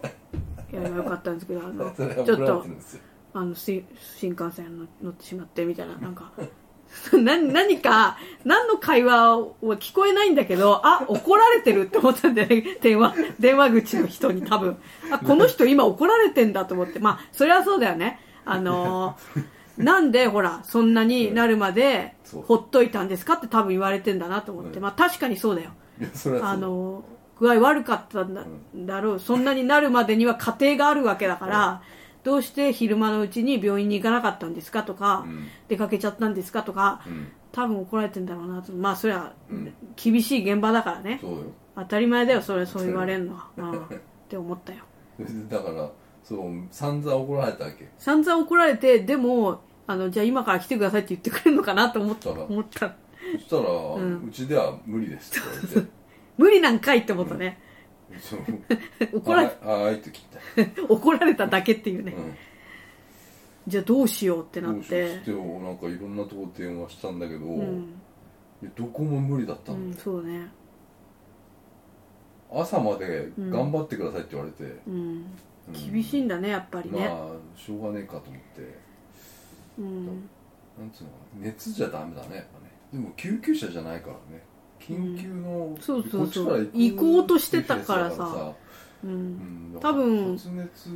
A: やればよかったんですけどあの
B: *laughs* それは
A: ちょ
B: 怒
A: っ
B: られ
A: と
B: てるんですよ
A: あのし新幹線の乗ってしまってみたいななんか *laughs* な何か何の会話は聞こえないんだけどあ怒られてるって思ったんだよね電話電話口の人に多
B: *laughs*
A: 分あこの人今怒られてんだと思ってまあそれはそうだよねあのーなんでほらそんなになるまで
B: そう
A: ほっといたんですかって多分言われてんだなと思って、
B: うん
A: まあ確かにそうだよ
B: いやそれはそう
A: あの具合悪かったんだだろうそんなになるまでには家庭があるわけだから、どうして昼間のうちに病院に行かなかったんですかとか、
B: うん
A: 出かけちゃったんですかとか
B: うん
A: 多分怒られてんだろうなとまあそりゃ、
B: うん
A: 厳しい現場だからね
B: そうよ
A: 当たり前だよそれそう言われるのは、うん、っ
B: *laughs*
A: て思ったよ
B: だからそう散々怒られたわけ
A: 散々怒られてでもあのじゃあ今から来てくださいって言ってくれるのかなと思った
B: そうだ
A: 思った
B: そしたら、うんちでは無理ですって言わ
A: 無理なんかいって思ったね、
B: れてそう
A: 怒られ
B: あああいって切った、
A: 怒られただけっていうね、
B: うん
A: じゃあどうしようってなっ
B: どうしよう
A: て
B: ってなんかいろんなとこ電話したんだけど、
A: うん、
B: いやどこも無理だった
A: う
B: の、
A: ん、そうね
B: 朝まで頑張ってくださいって言われて、
A: うん
B: うん
A: 厳しいんだねやっぱりね、
B: まあしょうがねえかと思って
A: うん
B: なんつうのかな熱じゃダメだねやっぱねでも救急車じゃないからね緊急の、
A: そうそうそう
B: こっちから
A: 行こうとしてたからさう
B: うんん
A: 多分
B: 発熱
A: う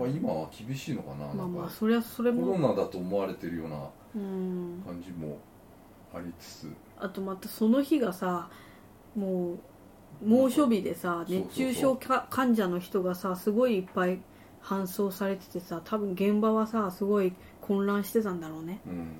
B: は
A: ん
B: 今は厳しいのかな,、
A: まあま
B: な
A: あ
B: んか
A: そりゃそれ
B: コロ
A: も
B: ナだと思われてるような
A: うん
B: 感じもありつつ
A: あとまたその日がさもう猛暑日でさ
B: そうそうそう
A: 熱中症か患者の人がさすごいいっぱい搬送されててさ多分現場はさすごい混乱してたんだろうね
B: うん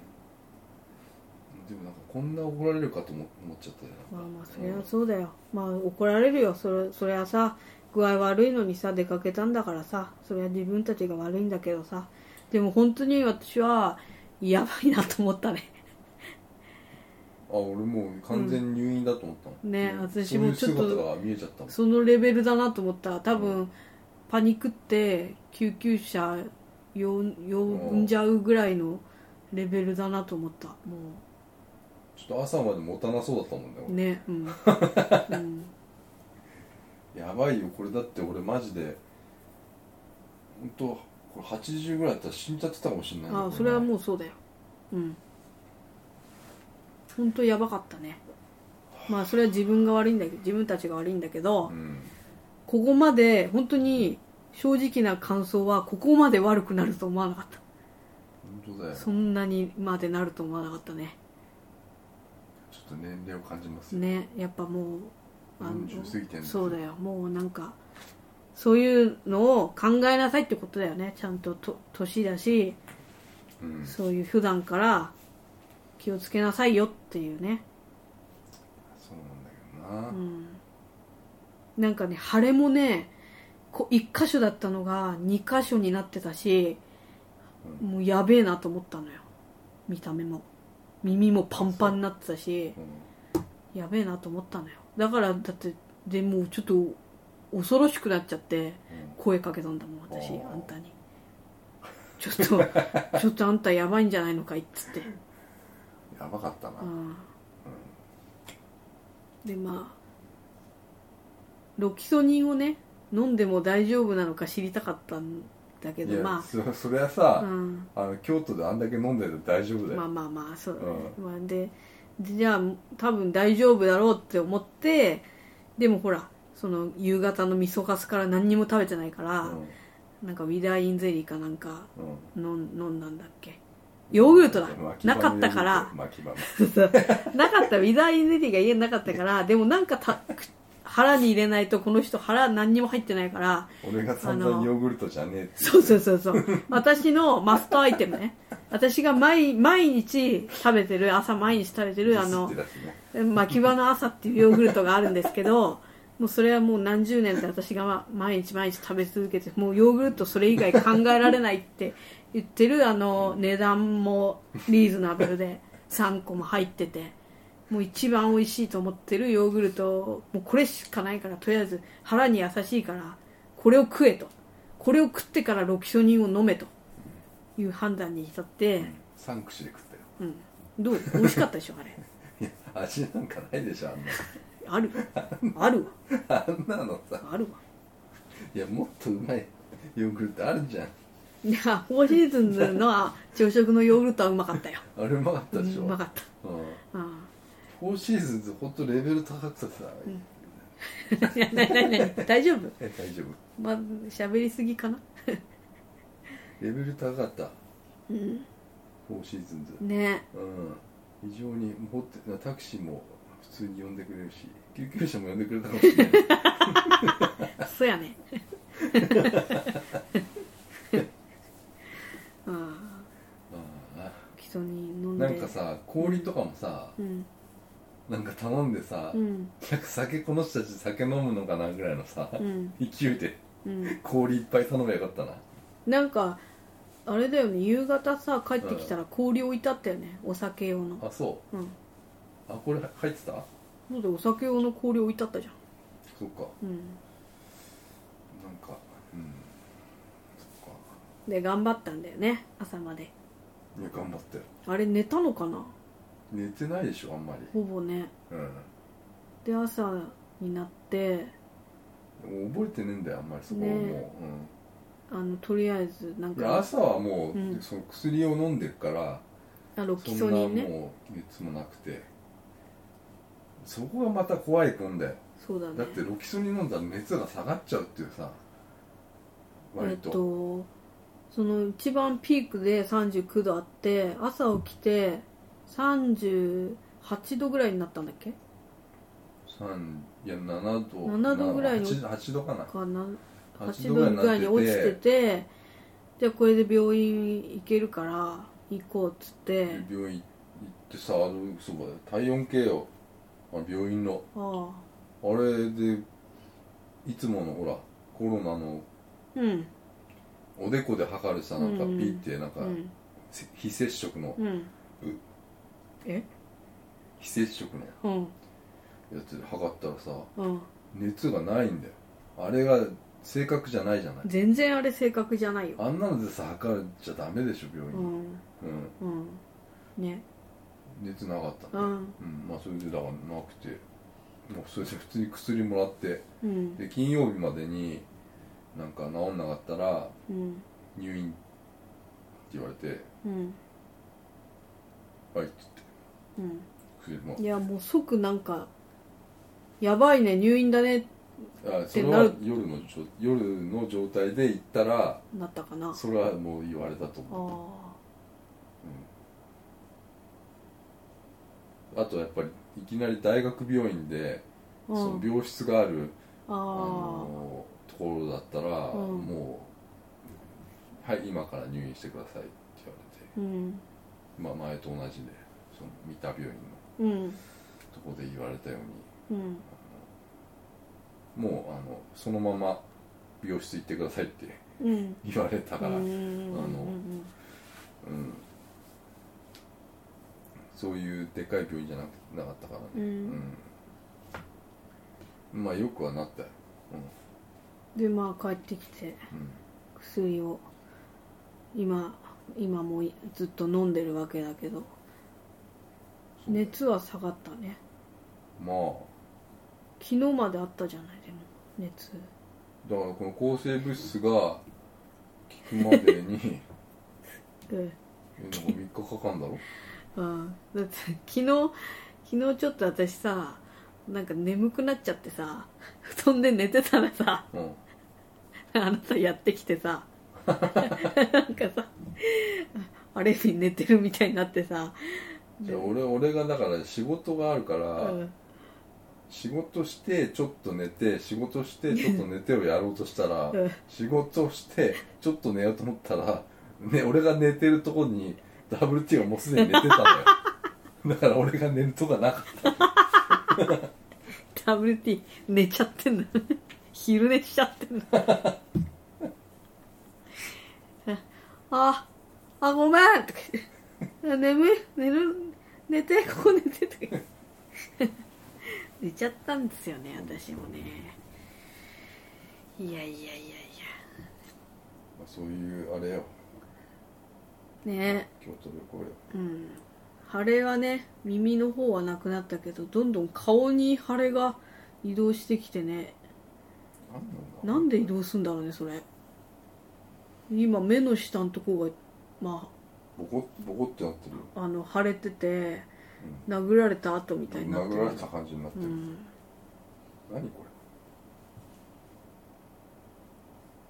B: でもなんかこんな怒られるかと思思っちゃったじゃ
A: まあ
B: ん
A: まあそりゃそうだよ、まあ怒られるよそれそりゃさ具合悪いのにさ出かけたんだからさそれは自分たちが悪いんだけどさでも本当に私はやばいなと思ったね
B: あ俺もう完全に入院だと思ったの、
A: うんね
B: うん
A: 私もちょっと
B: そういう姿が見えちゃったもん
A: そのレベルだなと思った多分、
B: う
A: パニックって救急車呼ん呼んじゃうぐらいのレベルだなと思ったも
B: ちょっと朝まで持たなそうだったもんね
A: う
B: 俺
A: ねうん、うん、
B: やばいよこれだって俺マジで本当これ80ぐらいだったら死んじゃってたかもしれないよ
A: あ
B: こ
A: あ
B: ね
A: それはもうそうだようん本当やばかったねまあそれは自分が悪いんだけど自分たちが悪いんだけど、
B: うん
A: ここまで本当に正直な感想はここまで悪くなると思わなかった
B: 本当だよちょ
A: そんなにまでなると思わなかったね
B: っと年齢を感じますよ
A: ねやっぱもうあの
B: 40過ぎてんの
A: そうだよもうなんかそういうのを考えなさいってことだよねちゃんとと年だし
B: うんそ
A: そういう普段から気をつけなさいよっていうね、
B: うなんだけどな、
A: うん、なんかね腫れもねこ1箇所だったのが2箇所になってたしもうやべえなと思ったのよ見た目も耳もパンパンになってたしやべえなと思ったのよだからだってでもうちょっと恐ろしくなっちゃって声かけたんだもん私
B: あー
A: あんたにちょっとちょっとあんたやばいんじゃないのかいっつって
B: うん、やばかったな、
A: うんでまあロキソニンをね飲んでも大丈夫なのか知りたかったんだけ
B: いや
A: ど、ま
B: そそれは
A: あ、
B: さ、
A: うん、
B: あの京都であんだけ飲んでると大丈夫だよ、
A: まあまあまあそうだね、まあ、ででじゃあ多分大丈夫だろうって思ってでもほらその夕方の味噌カツから何にも食べてないから、なんかウィダーインゼリーかなんか
B: うんうん
A: 飲ん飲んだんだっけヨーグルトだ
B: 巻き
A: な
B: 場の
A: かったから
B: 巻き場の
A: そうなかったウィザーインゼリーが家になかったからでもなんかた腹に入れないとこの人腹何にも入ってないから
B: 俺が散々ヨーグルトじゃねえって
A: そうそうそうそう私のマストアイテムね私が毎毎日食べてる朝毎日食べて
B: デ
A: るあ
B: ィ
A: の
B: スってたしね
A: 巻き場の朝っていうヨーグルトがあるんですけどもうそれはもう何十年って私がま毎日毎日食べ続けてもうヨーグルトそれ以外考えられないって言ってるあの値段もリーズナブルで3個も入っててもう一番美味しいと思ってるヨーグルトをもうこれしかないからとりあえず腹に優しいからこれを食えとこれを食ってからロキソニンを飲めという判断に至って、
B: 3口で食ったよ
A: うん、どう美味しかったでしょあれ
B: いや味なんかないでしょあんな
A: あるあるわ
B: あんなのさ *laughs*
A: あるわ
B: いやもっとうまいヨーグルトあるじゃん
A: いやフォーシーズンズのあ朝食のヨーグルトはうまかったよ
B: あれうまかった
A: う
B: でしょ
A: まかった
B: うん
A: あ
B: フォーシーズンズほんとレベル高くてさ、
A: あいやなになになに *laughs* 大丈夫
B: え大丈夫
A: まあ喋りすぎかな
B: レベル高かった
A: うん
B: フォーシーズンズ
A: ね
B: うん非常にホテタクシーも普通に呼んでくれるし救急車も呼んでくれたかもしれ
A: *laughs*
B: ない
A: そうや
B: *laughs*
A: ねあ
B: あ
A: あ適当に飲
B: あ
A: んで
B: なんかさ氷とかもさ
A: うん
B: なんか頼んでさ、
A: うん
B: 客酒この人たち酒飲むのかなぐらいのさ、
A: うん
B: 勢いで
A: うん
B: 氷いっぱい頼めばよかったな
A: なんかあれだよね夕方さ帰ってきたら氷置いてあったよねお酒用の
B: あそ
A: うん
B: うあこれ入ってた
A: そうだよお酒用の氷置いてあったじゃ
B: そっか
A: んうん
B: なんかうんそっか
A: で頑張ったんだよね朝まで
B: いや頑張ったよ
A: あれ寝たのかな
B: 寝てないでしょあんまり
A: ほぼね
B: う
A: で朝になって
B: ん覚えてねえんだよあんまりそこはもう、
A: ねあのとりあえずなん
B: うん、
A: か
B: 朝はもう、
A: うん
B: その薬を飲んでるから
A: あロ
B: そ
A: キ
B: ん
A: ソ
B: な
A: ニンね
B: もう熱もなくてそこがまた怖いもんだよ
A: そうだね
B: だってロキソニン飲んだら熱が下がっちゃうっていうさ
A: えっ
B: 割と、
A: とその一番ピークで39度あって朝起きて38度ぐらいになったんだっけ
B: 三いや7度
A: 7度ぐらいの
B: 8, 度かな
A: かな
B: 8
A: 8度ぐらいに落ちててじゃあこれで病院行けるから行こうっつって
B: 病院行ってさあのそうだよ体温計をあ病院の
A: ああ
B: あれでいつものほらコロナの
A: うん
B: おでこで測るさなんか
A: う
B: ピ
A: ん
B: ーってなんか、
A: うん
B: せ非接触の
A: うんえ
B: 非接触の
A: うん
B: やつで測ったらさ
A: うん
B: 熱がないんだよあれが正確じゃないじゃない
A: 全然あれ正確じゃないよ
B: あんなのでさ測っちゃダメでしょ病
A: う
B: 院、
A: ん
B: うん
A: うんね
B: 熱なかった
A: う
B: ね
A: ん
B: うんまあそれでだからなくてもうそれで普通に薬もらって
A: うん
B: で金曜日までになんか治んなかったら
A: うん
B: 入院って言われて
A: うん
B: 「はい」っつって
A: うん
B: 薬も
A: いやもう即なんかやばいね入院だね
B: あ
A: っ
B: そ
A: て
B: れ
A: なる
B: は夜の状夜の状態で行ったら
A: なったかなあ
B: それはもう言われたと
A: あ
B: 思うあとやっぱりいきなり大学病院で
A: う
B: その
A: ん
B: 病室がある、
A: あ
B: あ
A: あ
B: のところだったら、
A: うん
B: もう「はい今から入院してください」って言わ
A: う
B: れて、
A: ん
B: まあ、前と同じでその三田病院の
A: うん
B: ところで言われたように
A: うん
B: もうあのそのまま病室行ってくださいって *laughs*
A: うん
B: 言われたから、
A: う
B: うん
A: ん
B: あのそういうでっかい病院じゃなくなかったから
A: うんう
B: ね、
A: ん
B: うんまあよくはなったよ、
A: でまあ帰ってきて
B: うんうん
A: 薬を今今もいずっと飲んでるわけだけど
B: そう
A: 熱は下がったね
B: まあ
A: 昨日まであったじゃないでも熱
B: だからこの抗生物質が効くま
A: *laughs*
B: でに
A: うん
B: えなんか3日かかんだろ
A: うんだって昨日昨日ちょっと私さなんか眠くなっちゃってさ布団で寝てたらさ
B: うん
A: あなたやってきてさなんかさあれに寝てるみたいになってさ
B: じゃあ俺俺がだから仕事があるから、
A: うん
B: 仕事してちょっと寝て仕事してちょっと寝てをやろうとしたら
A: うん
B: 仕事をしてちょっと寝ようと思ったら、ね、俺が寝てるとこに WT がもうすでに寝てた
A: *laughs*
B: のよだから俺が寝るとかなかっ
A: WT 寝ちゃってんの *laughs* 昼寝しちゃってんの *laughs* ああごめんとか言って眠い寝る寝てここ寝て *laughs* とか言って寝ちゃったんですよね私もねいやいやいやいや
B: たそういうあれよ
A: ね
B: 京都旅行よ
A: うん腫れはね耳の方はなくなったけどどんどん顔に腫れが移動してきてね
B: な
A: なん
B: んだ
A: で移動すんだろうねそれ今目の下のとこがま
B: ボコボコってなってるよ
A: ああの腫れてて殴られた後みたいになって
B: 殴
A: る
B: られた感じになって
A: う
B: る、
A: ん
B: 何こ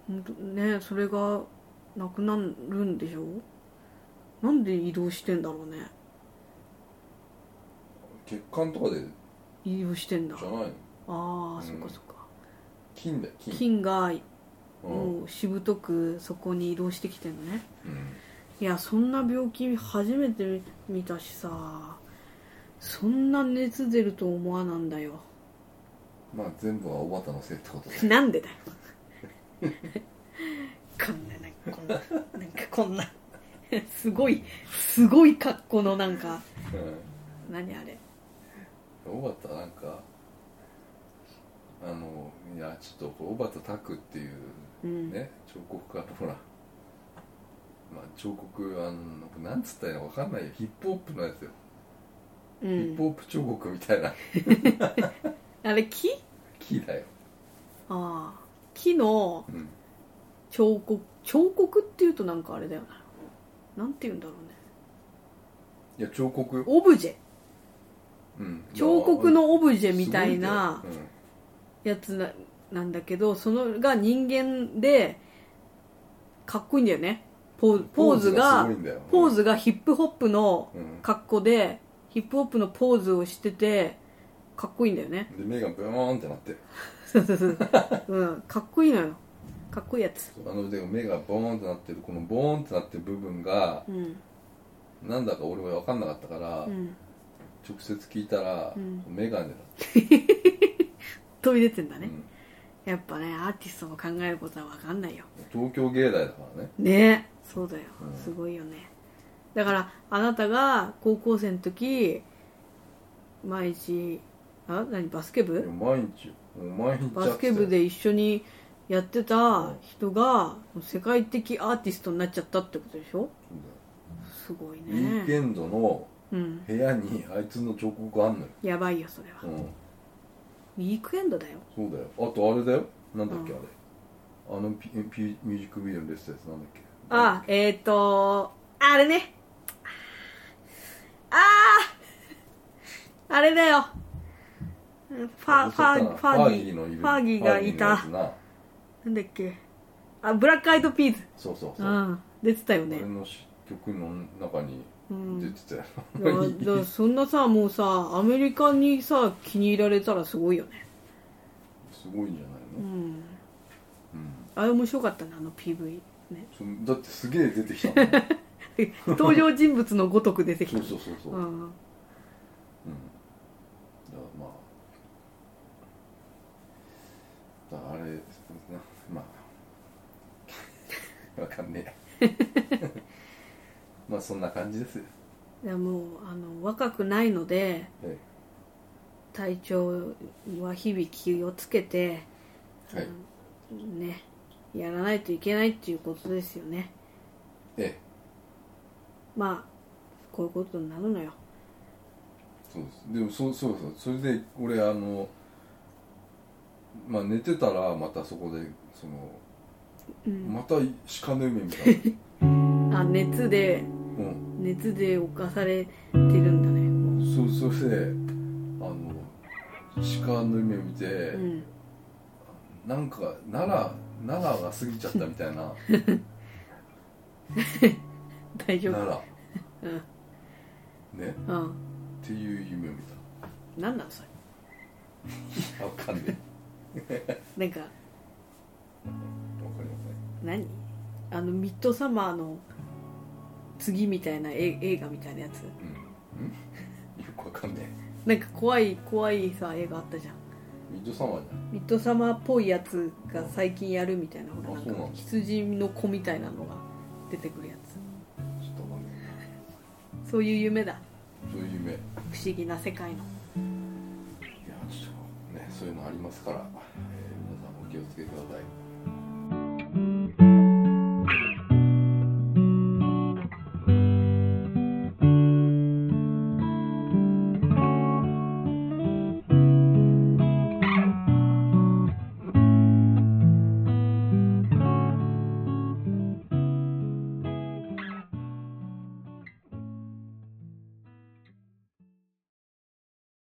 B: れ
A: ほんとねそれがなくなるんでしょなんで移動してんだろうね
B: 血管とかでじ
A: 移動してん
B: ゃ
A: だ
B: ない
A: ああー、
B: のうん
A: そっかそっか
B: 金だよ金
A: 金が
B: うん
A: もうしぶとくそこに移動してきてんのね
B: うん
A: いやそんな病気初めて見たしさそんな熱出ると思わなんだよ
B: まあ全部はおばたのせいっ
A: *laughs*
B: てことで
A: なんでだよ *laughs* こんななんかこんななんかこんなすごいすごい格好のなんか何あれ
B: うんおばたなんかあのいやちょっとこれおばた拓っていう
A: うん、
B: ね彫刻家のほらまあ彫刻あのなんつったらいいのか分かんないよヒップホップのやつよ、
A: う
B: ヒップ
A: ん、
B: ホップ彫刻みたいな
A: あれ木
B: 木だよ、
A: ああ木の
B: うん、
A: 彫刻彫刻っていうとなんかあれだよななんて言うんだろうね
B: いや彫刻よ、
A: オブジェ
B: うん、
A: 彫刻のオブジェみたい
B: す
A: な
B: ごんだよ
A: やつななんだけどそのが人間でかっこいいんだよねポー
B: うん
A: ポーズが
B: すごいんだよ
A: ポーズがヒップホップの
B: うん
A: 格好でヒップホップのポーズをしててかっこいいんだよ *laughs* ね
B: で目がブーンってなってる
A: そうそうそう、うん、かっこいいのよかっこいいやつ
B: あのでも目がボーンってなってるこのボーンってなってる部分が
A: うん
B: なんだか俺は分かんなかったから、
A: うん
B: 直接聞いたら、
A: うん
B: メガネだっ
A: 飛び出てんだ
B: た、
A: ね、やっぱねアーティストの考えることは分かんないよ
B: うん東京芸大だからね
A: ねそうだよ、
B: うん
A: すごいよねだからあなたが高校生の時毎日あ何バスケ
B: いや
A: 部
B: 毎日もう毎日
A: バスケ
B: やっ
A: 部
B: てたよ
A: で一緒にやってた人が世界的アーティストになっちゃったってことでしょすごい
B: ウィー
A: ね
B: ケンドの
A: うん
B: 部屋にあいつの彫刻あんのよ、
A: やばいよそれは
B: うん、
A: ウィークエンドだよ
B: そうだよあとあれだよなんだっけ、
A: う
B: あれあのピピミュージックビデオに出てたやつなんだっけ
A: あえっ、ー、とあれねあああれだよファファファ
B: 忘れたな
A: ーギー
B: のいる
A: ファーギーがいた
B: ファーギーのやつな
A: なんだっけあブラックアイドピーズ
B: そうそうそうう、
A: ん出てたよ
B: 俺
A: ね
B: の曲の中に
A: うん
B: 出てたよ、
A: だからだからそんなさもうさアメリカにさ気に入られたらすごいよね
B: *laughs* すごいんじゃな
A: う
B: いの、
A: ん
B: うん
A: あれ面白かったねあの PV
B: *laughs*
A: ね
B: そのだってすげえ出てきたもん
A: 登場人物のごとく出てき
B: そ
A: た
B: うそうそうそう、
A: う
B: うんだ
A: ん
B: からまあだからあれなまあ *laughs* わかんねえ *laughs* やまあそんな感じですよ、
A: いやもうあの若くないので
B: え
A: 体調は日々気をつけて、
B: えはい、
A: うんねやらないといけないっていうことですよね
B: ええ
A: まあこういうことになるのよ
B: そうですでもそうそうそうそれで俺あのまあ寝てたらまたそこでその
A: うん
B: また鹿の夢みた
A: *laughs*
B: い
A: あ熱で
B: なうん
A: 熱で侵されてるんだね
B: そうそれであの鹿の夢を見て、
A: うん
B: なんか奈良奈良が過ぎちゃったみたいな
A: 大丈夫
B: 奈
A: う
B: 良ね
A: んうん
B: っていう夢を見
A: 何なのそれ
B: たわかんない
A: なんか
B: わかりま
A: 何あのミッドサマーの次みたいなえ映画みたいなやつ
B: せんうんんよくわかんない
A: なんか怖い怖いさ映画あったじゃん
B: ミッドサマーじゃん
A: ミッドサマーっぽいやつが最近やるみたいなほら
B: あ
A: なん
B: そうな
A: か
B: の
A: 羊の子みたいなのが出てくるや
B: ちょっとわかんない
A: つそういう夢だ
B: そういう夢いや
A: 不思議な世界の
B: ちょっとねそういうのありますから、えー皆さんお気をつけください